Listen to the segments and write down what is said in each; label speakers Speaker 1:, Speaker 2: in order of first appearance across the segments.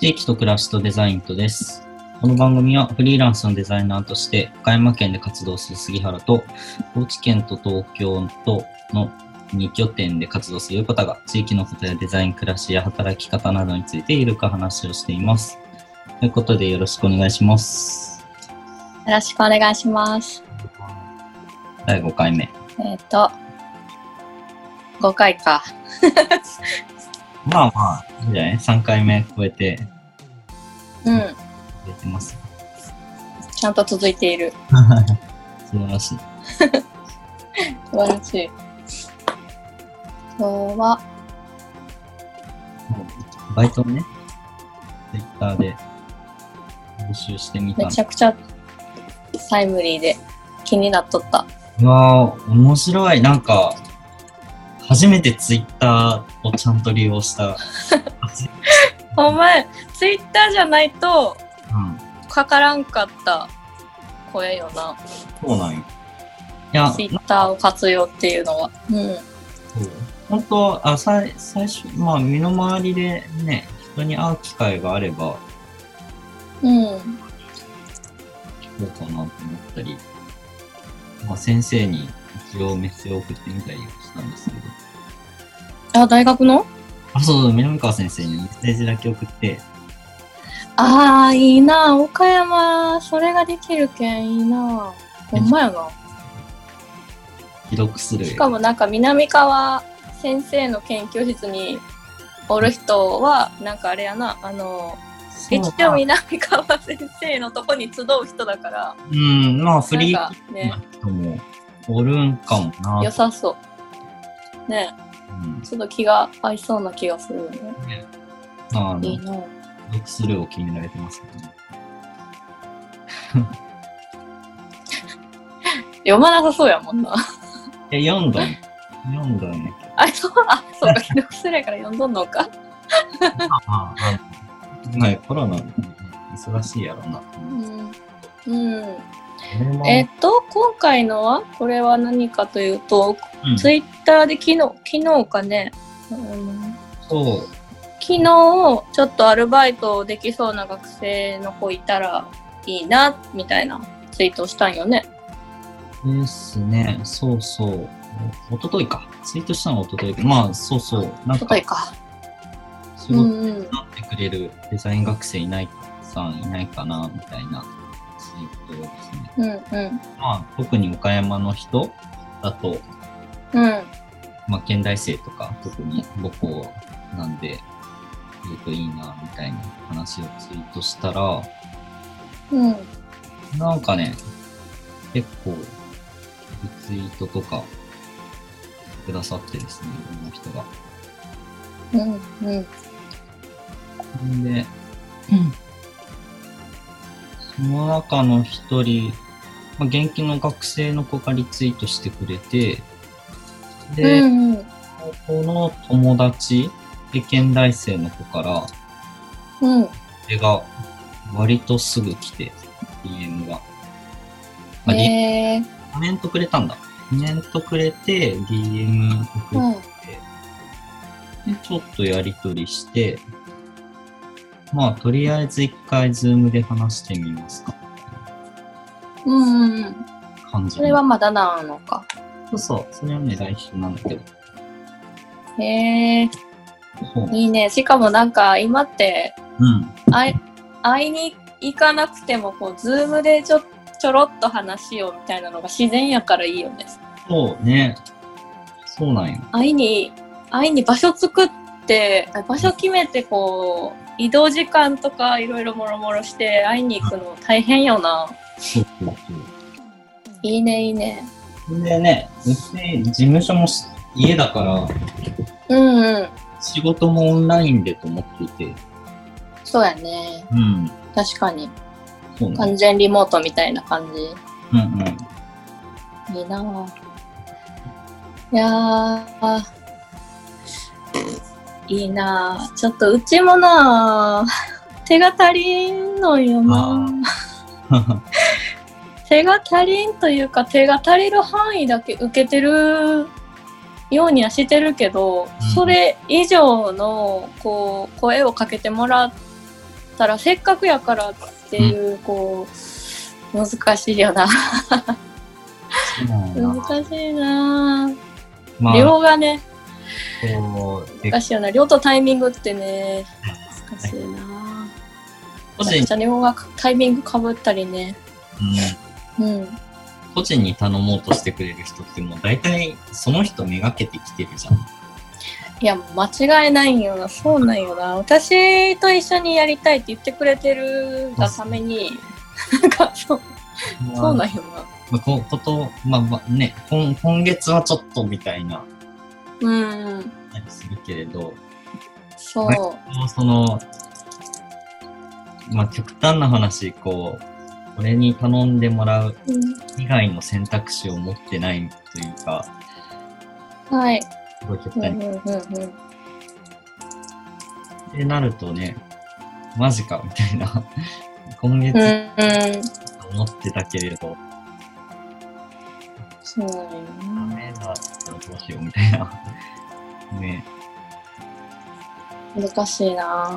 Speaker 1: 地域と暮らしとデザインとです。この番組はフリーランスのデザイナーとして岡山県で活動する杉原と高知県と東京との2拠点で活動する横田が地域のことやデザイン、暮らしや働き方などについてゆるく話をしています。ということでよろしくお願いします。
Speaker 2: よろしくお願いします。
Speaker 1: 第5回目。
Speaker 2: えっ、と、5回か。
Speaker 1: まあまあ、いいんじゃない ?3 回目超えて、
Speaker 2: うん。
Speaker 1: 出てます。
Speaker 2: ちゃんと続いている。
Speaker 1: 素晴らしい。
Speaker 2: 素晴らしい。今日は、
Speaker 1: バイトをね、ツイッターで募集してみた
Speaker 2: め
Speaker 1: の
Speaker 2: ちゃくちゃタイムリーで気になっとった。
Speaker 1: うわー、面白い。なんか、初めてツイッターをちゃんと利用した。
Speaker 2: お前、ツイッターじゃないと
Speaker 1: うん。
Speaker 2: かからんかった声よな。
Speaker 1: そうなんよ。いや、
Speaker 2: ツイッターを活用っていうのは。うん。
Speaker 1: そう本当あさい最初、まあ、身の回りでね、人に会う機会があれば、
Speaker 2: うん。
Speaker 1: どうかなと思ったり、まあ、先生に一応メッセージを送ってみたりしたんですけど、
Speaker 2: あ、大学の
Speaker 1: あ、そうそう、南川先生にメッセージだけ送って、
Speaker 2: ああ、いいな。岡山、それができるけんいいな。ほんまやな。
Speaker 1: 既読する
Speaker 2: しかもなんか南川先生の研究室におる人はなんかあれやなあの
Speaker 1: そう
Speaker 2: 一
Speaker 1: な
Speaker 2: 応南川先生のとこに集う人だから
Speaker 1: うん、まあ、フ
Speaker 2: なん
Speaker 1: リー
Speaker 2: かね
Speaker 1: な人もおるんかもな。
Speaker 2: 良さそうね
Speaker 1: うん
Speaker 2: ちょっと気が合いそうな気がするよね
Speaker 1: まあ、あの、
Speaker 2: いい
Speaker 1: 読
Speaker 2: な
Speaker 1: するを決められてますけどね。
Speaker 2: 読まなさそうやもんな
Speaker 1: え、読んだん読んだんやけど。
Speaker 2: あそうあそうか既読すれから読んどんのか
Speaker 1: まあ、あの、ない、コロナでね忙しいやろな。
Speaker 2: うん、うん、
Speaker 1: 俺は
Speaker 2: えっと今回のはこれは何かというと、
Speaker 1: うん、
Speaker 2: ツイッターで昨日昨日かね、うん、
Speaker 1: そう、
Speaker 2: 昨日ちょっとアルバイトできそうな学生の子いたらいいなみたいなツイートしたんよね
Speaker 1: ですね、そうそう。おおとといか。ツイートしたのはおととい。まあ、そうそう。なん
Speaker 2: ちょっと
Speaker 1: か
Speaker 2: い、か
Speaker 1: 仕
Speaker 2: う
Speaker 1: 事に
Speaker 2: んうん
Speaker 1: なってくれるデザイン学生いないさんいないかな、みたいなツイートですね。
Speaker 2: うんうん
Speaker 1: まあ、特に岡山の人だと、
Speaker 2: うん
Speaker 1: まあ、県大生とか、特に母校なんで、いるといいな、みたいな話をツイートしたら、
Speaker 2: うん
Speaker 1: なんかね、結構、リツイートとか、くださってですね、いろんな人が。
Speaker 2: うんうん
Speaker 1: んで、その中の一人、まあ、現金の学生の子がリツイートしてくれて、
Speaker 2: う
Speaker 1: で、
Speaker 2: んうん
Speaker 1: この友達、で県大生の子から、
Speaker 2: うん
Speaker 1: それが割とすぐ来て、DM が。まあ、リ
Speaker 2: えー
Speaker 1: コメントくれたんだ。コメントくれて、DM 送
Speaker 2: う
Speaker 1: っ
Speaker 2: ん
Speaker 1: て、ちょっとやりとりして、まあ、とりあえず一回、ズームで話してみますか。
Speaker 2: うんうんうん
Speaker 1: 感じ
Speaker 2: それはまだなのか
Speaker 1: そうそう、それはね、来週なんだけど。
Speaker 2: へえー、
Speaker 1: そう。
Speaker 2: いいねしかもなんか今って
Speaker 1: うん。
Speaker 2: 会い会いに行かなくてもこうズームでちょちょろっと話をみたいなのが自然やからいいよね
Speaker 1: そうね。そうなんよ。
Speaker 2: 愛に愛に場所作ってあ場所決めてこう移動時間とかいろいろもろもろして会いに行くの大変よな
Speaker 1: そうそうそう。
Speaker 2: いいねいいね
Speaker 1: でね、うち事務所もし家だから、
Speaker 2: うんうん
Speaker 1: 仕事もオンラインでと思っていて。
Speaker 2: そうやね
Speaker 1: うん。
Speaker 2: 確かに
Speaker 1: そうなん
Speaker 2: 完全リモートみたいな感じ
Speaker 1: うんうん。
Speaker 2: いいなぁいやーいいなぁちょっとうちもなぁ手が足りんのよな
Speaker 1: あ
Speaker 2: ぁ 手が足りんというか手が足りる範囲だけ受けてるようにはしてるけど、
Speaker 1: うん
Speaker 2: それ以上のこう声をかけてもらったらせっかくやからっていうこう難しいよな
Speaker 1: そうなんやな
Speaker 2: 難しいな
Speaker 1: まあ、
Speaker 2: 量がね
Speaker 1: そうで
Speaker 2: 難しいよな量とタイミングってね難しいな
Speaker 1: 個
Speaker 2: めちゃ
Speaker 1: 人
Speaker 2: くちゃ量がタイミングかぶったりね
Speaker 1: うん
Speaker 2: うん
Speaker 1: 個人に頼もうとしてくれる人ってもう大体その人めがけてきてるじゃん。
Speaker 2: いや、間違いないんよな。そうなんよな。私と一緒にやりたいって言ってくれてるがために、なんか、そう、そうなんよな。
Speaker 1: まあここと、まあまあね、今今月はちょっとみたいな、
Speaker 2: うん、
Speaker 1: たりするけれど、
Speaker 2: そう。
Speaker 1: その、まあ極端な話、こう、俺に頼んでもらう
Speaker 2: うん
Speaker 1: 以外の選択肢を持ってないというか、
Speaker 2: はい。
Speaker 1: すごい極
Speaker 2: うん
Speaker 1: 端
Speaker 2: うんうんうん。
Speaker 1: ってなるとね、マジかみたいな、 今
Speaker 2: うん
Speaker 1: 月
Speaker 2: うん、
Speaker 1: 思ってたけれど、
Speaker 2: そうなんよ
Speaker 1: ダ
Speaker 2: な。
Speaker 1: メだったらどうしようみたいな。ね
Speaker 2: 難しいな。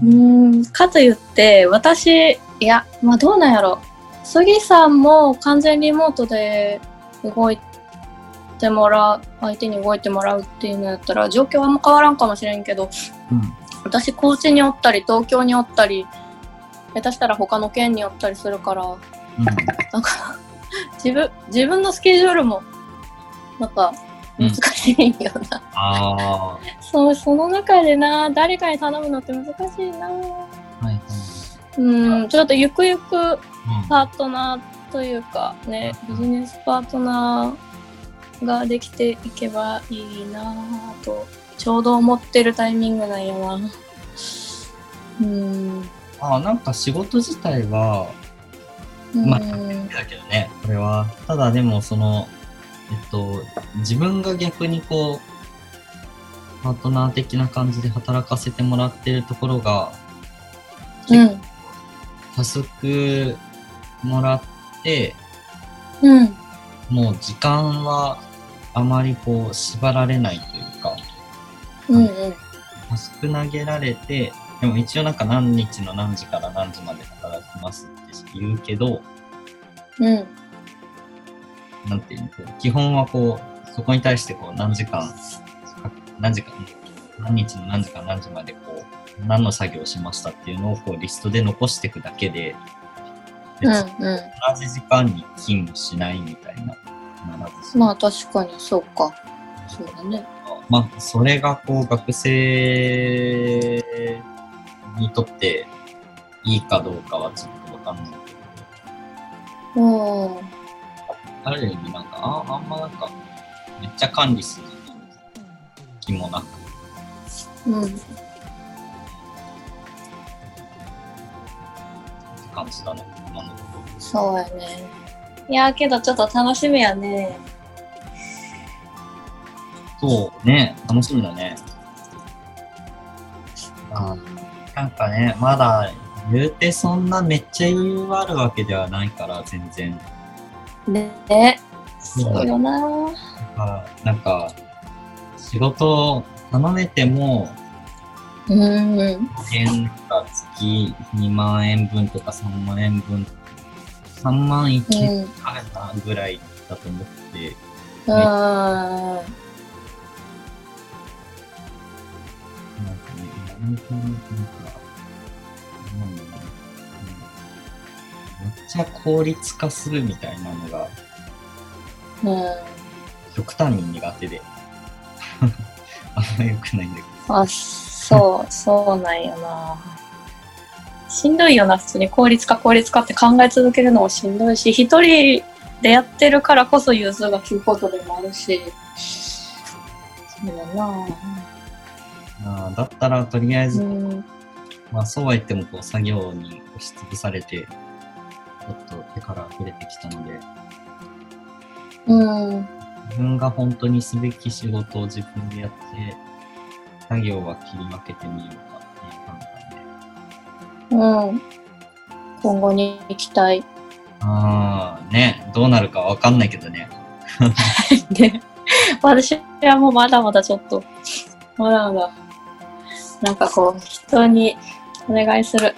Speaker 2: うん、かといって、私、いや、まあどうなんやろ。杉さんも完全リモートで動いてもらう、相手に動いてもらうっていうのやったら、状況はあんま変わらんかもしれんけど、
Speaker 1: うん。
Speaker 2: 私高知におったり東京におったり下手したら他の県におったりするから自分自分のスケジュールもなんか
Speaker 1: うん
Speaker 2: 難しいよな、
Speaker 1: ああー、
Speaker 2: そうその中でな誰かに頼むのって難しいな
Speaker 1: はいはい。
Speaker 2: うんちょっとゆくゆく
Speaker 1: うん
Speaker 2: パートナーというかねビジネスパートナーができていけばいいなぁとちょうど思ってるタイミングなんやなうん
Speaker 1: ああ、なんか仕事自体は、まあ
Speaker 2: うん
Speaker 1: だけどね、これは。ただでも、その、えっと、自分が逆にこう、パートナー的な感じで働かせてもらってるところが、
Speaker 2: うん
Speaker 1: タスクもらって、
Speaker 2: うん
Speaker 1: もう時間はあまりこう縛られないというか、
Speaker 2: うんうん
Speaker 1: タスク投げられて、でも一応なんか何日の何時から何時まで働きますって言うけど、
Speaker 2: うん
Speaker 1: なんていうの基本はこう、そこに対してこう何時間、何時間、何日の何時から何時までこう、何の作業をしましたっていうのをこうリストで残していくだけで、
Speaker 2: う
Speaker 1: 別に
Speaker 2: んう
Speaker 1: 同じ時間に勤務しないみたいな。必ずし
Speaker 2: ん
Speaker 1: も
Speaker 2: まあ確かにそうかそうだね
Speaker 1: まあ、それがこう学生にとっていいかどうかはちょっとわかんないけど、
Speaker 2: うん
Speaker 1: ある意味なんか、ああんまなんか、めっちゃ管理する気もなく、
Speaker 2: うん
Speaker 1: って感じだね、今のとこ
Speaker 2: そうやねいやーけどちょっと楽しみやね
Speaker 1: ろ。そうね、楽しみだね。あ
Speaker 2: う
Speaker 1: なんかね、まだ言うてそんなめっちゃ余裕があるわけではないから、全然。
Speaker 2: んねそうよなー
Speaker 1: まあなんか、仕事を頼めても、
Speaker 2: うんうん
Speaker 1: 円が月2万円分とか3万円分、3万いけ
Speaker 2: うん
Speaker 1: たかなぐらいだと思って、
Speaker 2: うん
Speaker 1: なんかね、なんか、なんか、なんだろうなうんめっちゃ効率化するみたいなのが
Speaker 2: うん
Speaker 1: 極端に苦手で。 あんま良くないんだけ
Speaker 2: あそうそうなんよなしんどいよな普通に効率化効率化って考え続けるのもしんどいし一人でやってるからこそ融通が利くことでもあるしそうだな
Speaker 1: どなあ。だったらとりあえ
Speaker 2: う
Speaker 1: ず、
Speaker 2: ん
Speaker 1: まあそうは言ってもこう作業に押しつぶされて、ちょっと手から溢れてきたので、
Speaker 2: うん
Speaker 1: 自分が本当にすべき仕事を自分でやって、作業は切り分けてみようかっていう感覚で。
Speaker 2: うん今後に行きたい
Speaker 1: ああ、ね、どうなるかわかんないけどね。
Speaker 2: で私はもうまだまだちょっとまだまだなんかこう、人にお願いする。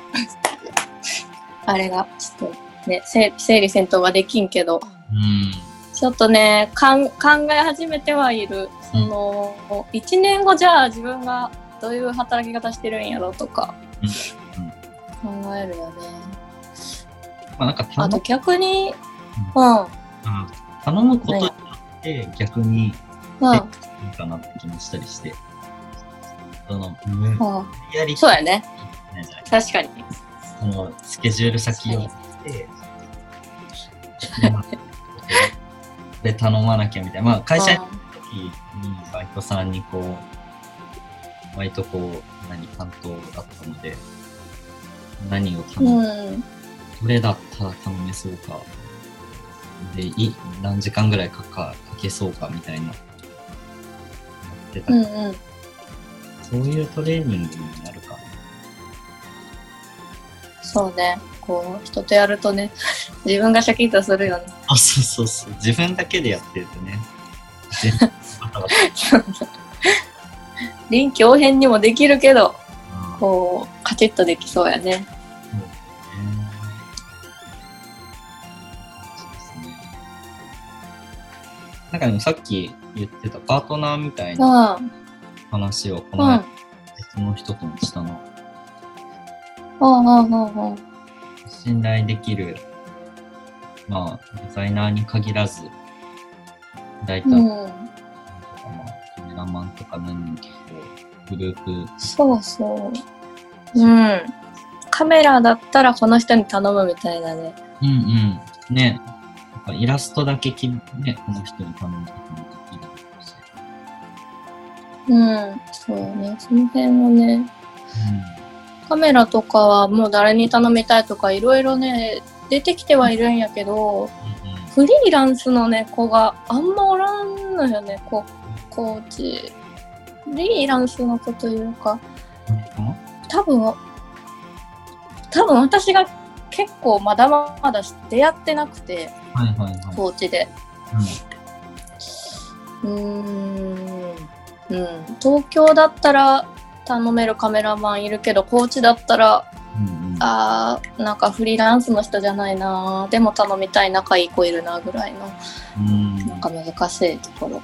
Speaker 2: あれが、ちょっとね、整整理戦闘はできんけど、
Speaker 1: うん。
Speaker 2: ちょっとね、かん考え始めてはいる。その、一年後じゃあ自分がどういう働き方してるんやろとか、考えるよね。
Speaker 1: まあなんか
Speaker 2: あ
Speaker 1: 頼
Speaker 2: と
Speaker 1: む
Speaker 2: 逆に、うん、
Speaker 1: あ頼むことによって逆にい
Speaker 2: うん、うん
Speaker 1: いかなって気もしたりして。その、無理やり
Speaker 2: そうやね。
Speaker 1: ないじゃない
Speaker 2: 確かに。
Speaker 1: そのスケジュール先を見て、で、頼まなきゃみたいな。まあ、会社行っ
Speaker 2: う
Speaker 1: た時にバイトさんにこう、割とこう、何、担当だったので、何を頼
Speaker 2: ん
Speaker 1: む、
Speaker 2: うん。
Speaker 1: どれだったら頼めそうか、で、い何時間ぐらいかかかけそうかみたいな、やってた、
Speaker 2: うんうん。
Speaker 1: そういうトレーニングになるか。
Speaker 2: そうね。こう、人とやるとね、 自分がシャキッとするよね。
Speaker 1: あ、そうそうそう。自分だけでやってるとね、全然バタバ タ
Speaker 2: 臨機応変にもできるけど、
Speaker 1: あー
Speaker 2: こう、カチッとできそうやね。。
Speaker 1: そうねそうですねなんかでもさっき言ってたパートナーみたいうなん話をこ
Speaker 2: う
Speaker 1: の
Speaker 2: ん。
Speaker 1: 間別の人ともしたの、
Speaker 2: うんうんうんうん。
Speaker 1: 信頼できるまあデザイナーに限らず大体、
Speaker 2: うん。
Speaker 1: まあカメラマンとか何人かこうグループ
Speaker 2: そうそう。うん。カメラだったらこの人に頼むみたいなね。
Speaker 1: うんうんねやっぱイラストだけきねこの人に頼むこともできるし
Speaker 2: うん。そうね。その辺もね。
Speaker 1: うん
Speaker 2: カメラとかはもう誰に頼みたいとかいろいろね、出てきてはいるんやけど、
Speaker 1: うんうん
Speaker 2: フリーランスの猫があんまおらんのよね、こコーチ。フリーランスの子というか、多分、多分私が結構まだまだ出会ってなくて、
Speaker 1: はいはいはい。
Speaker 2: コーチで。
Speaker 1: うん
Speaker 2: うーん、うん。東京だったら頼めるカメラマンいるけど、コーチだったら、
Speaker 1: うんうん、
Speaker 2: あー、なんかフリーランスの人じゃないなでも頼みたい仲いい子いるなぐらいの。
Speaker 1: うん
Speaker 2: なんか難しいところ。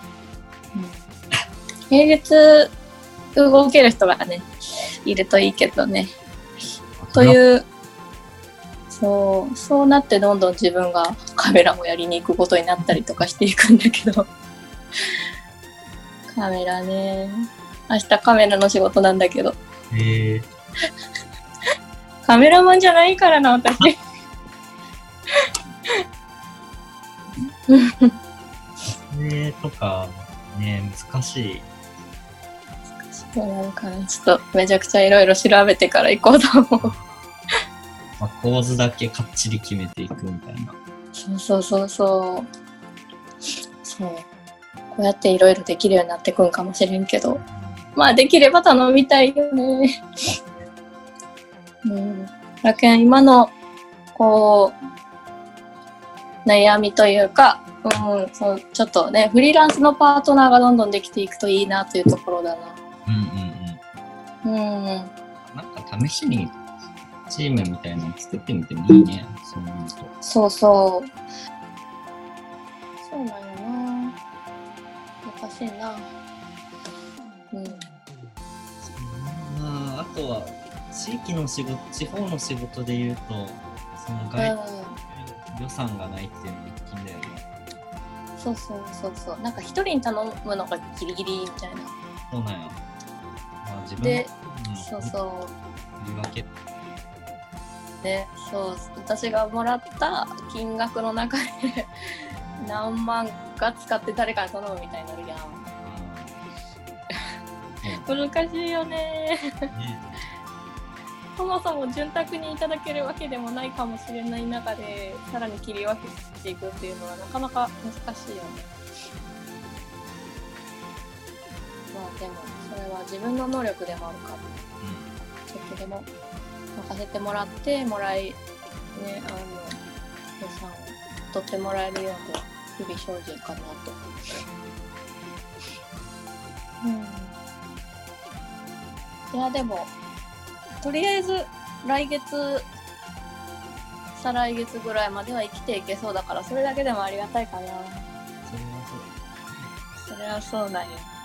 Speaker 2: 平日動ける人がね、いるといいけどね。と
Speaker 1: う。
Speaker 2: いう、そう、そうなってどんどん自分がカメラもやりに行くことになったりとかしていくんだけど。 カメラね。明日カメラの仕事なんだけど。
Speaker 1: えー、
Speaker 2: カメラマンじゃないからな、私。
Speaker 1: 撮影とか、ね、難しい。
Speaker 2: そうなのかな。ちょっとめちゃくちゃいろいろ調べてから行こうと思う。
Speaker 1: まあ、構図だけかっちり決めていくみたいな。
Speaker 2: そうそうそうそう。そう。こうやっていろいろできるようになってくんかもしれんけど。まあできれば頼みたいよね。うん。だけん今の、こう、悩みというか、うん、そう、ちょっとね、フリーランスのパートナーがどんどんできていくといいなというところだな。
Speaker 1: うんうんうん。
Speaker 2: うん。
Speaker 1: なんか試しに、チームみたいなの作ってみてもいいね。そういうのと。
Speaker 2: そうそう。そうなんよな。難しいな。うん。
Speaker 1: まあ、あとは、地域の仕事、地方の仕事で言うと、その外、
Speaker 2: う
Speaker 1: 予算がないっていうのが大きいんだよね。
Speaker 2: ん、そうそうそうそうなんか一人に頼むのがギリギリみたいな
Speaker 1: そうなんや。まあ、自分の
Speaker 2: で、
Speaker 1: うん
Speaker 2: そうそ
Speaker 1: 言い 訳
Speaker 2: うでそう私がもらった金額の中で 何万か使って誰かに頼むみたいになるやん難しいよねそもそも潤沢にいただけるわけでもないかもしれない中でさらに切り分けていくっていうのはなかなか難しいよねまあでもそれは自分の能力でもあるからちょっとでも任せてもらってもらいねあの予算を取ってもらえるように日々精進かなと。うんいや、でも、とりあえず、来月、再来月ぐらいまでは生きていけそうだから、それだけでもありがたいかな。
Speaker 1: それはそう
Speaker 2: それはそうなんや。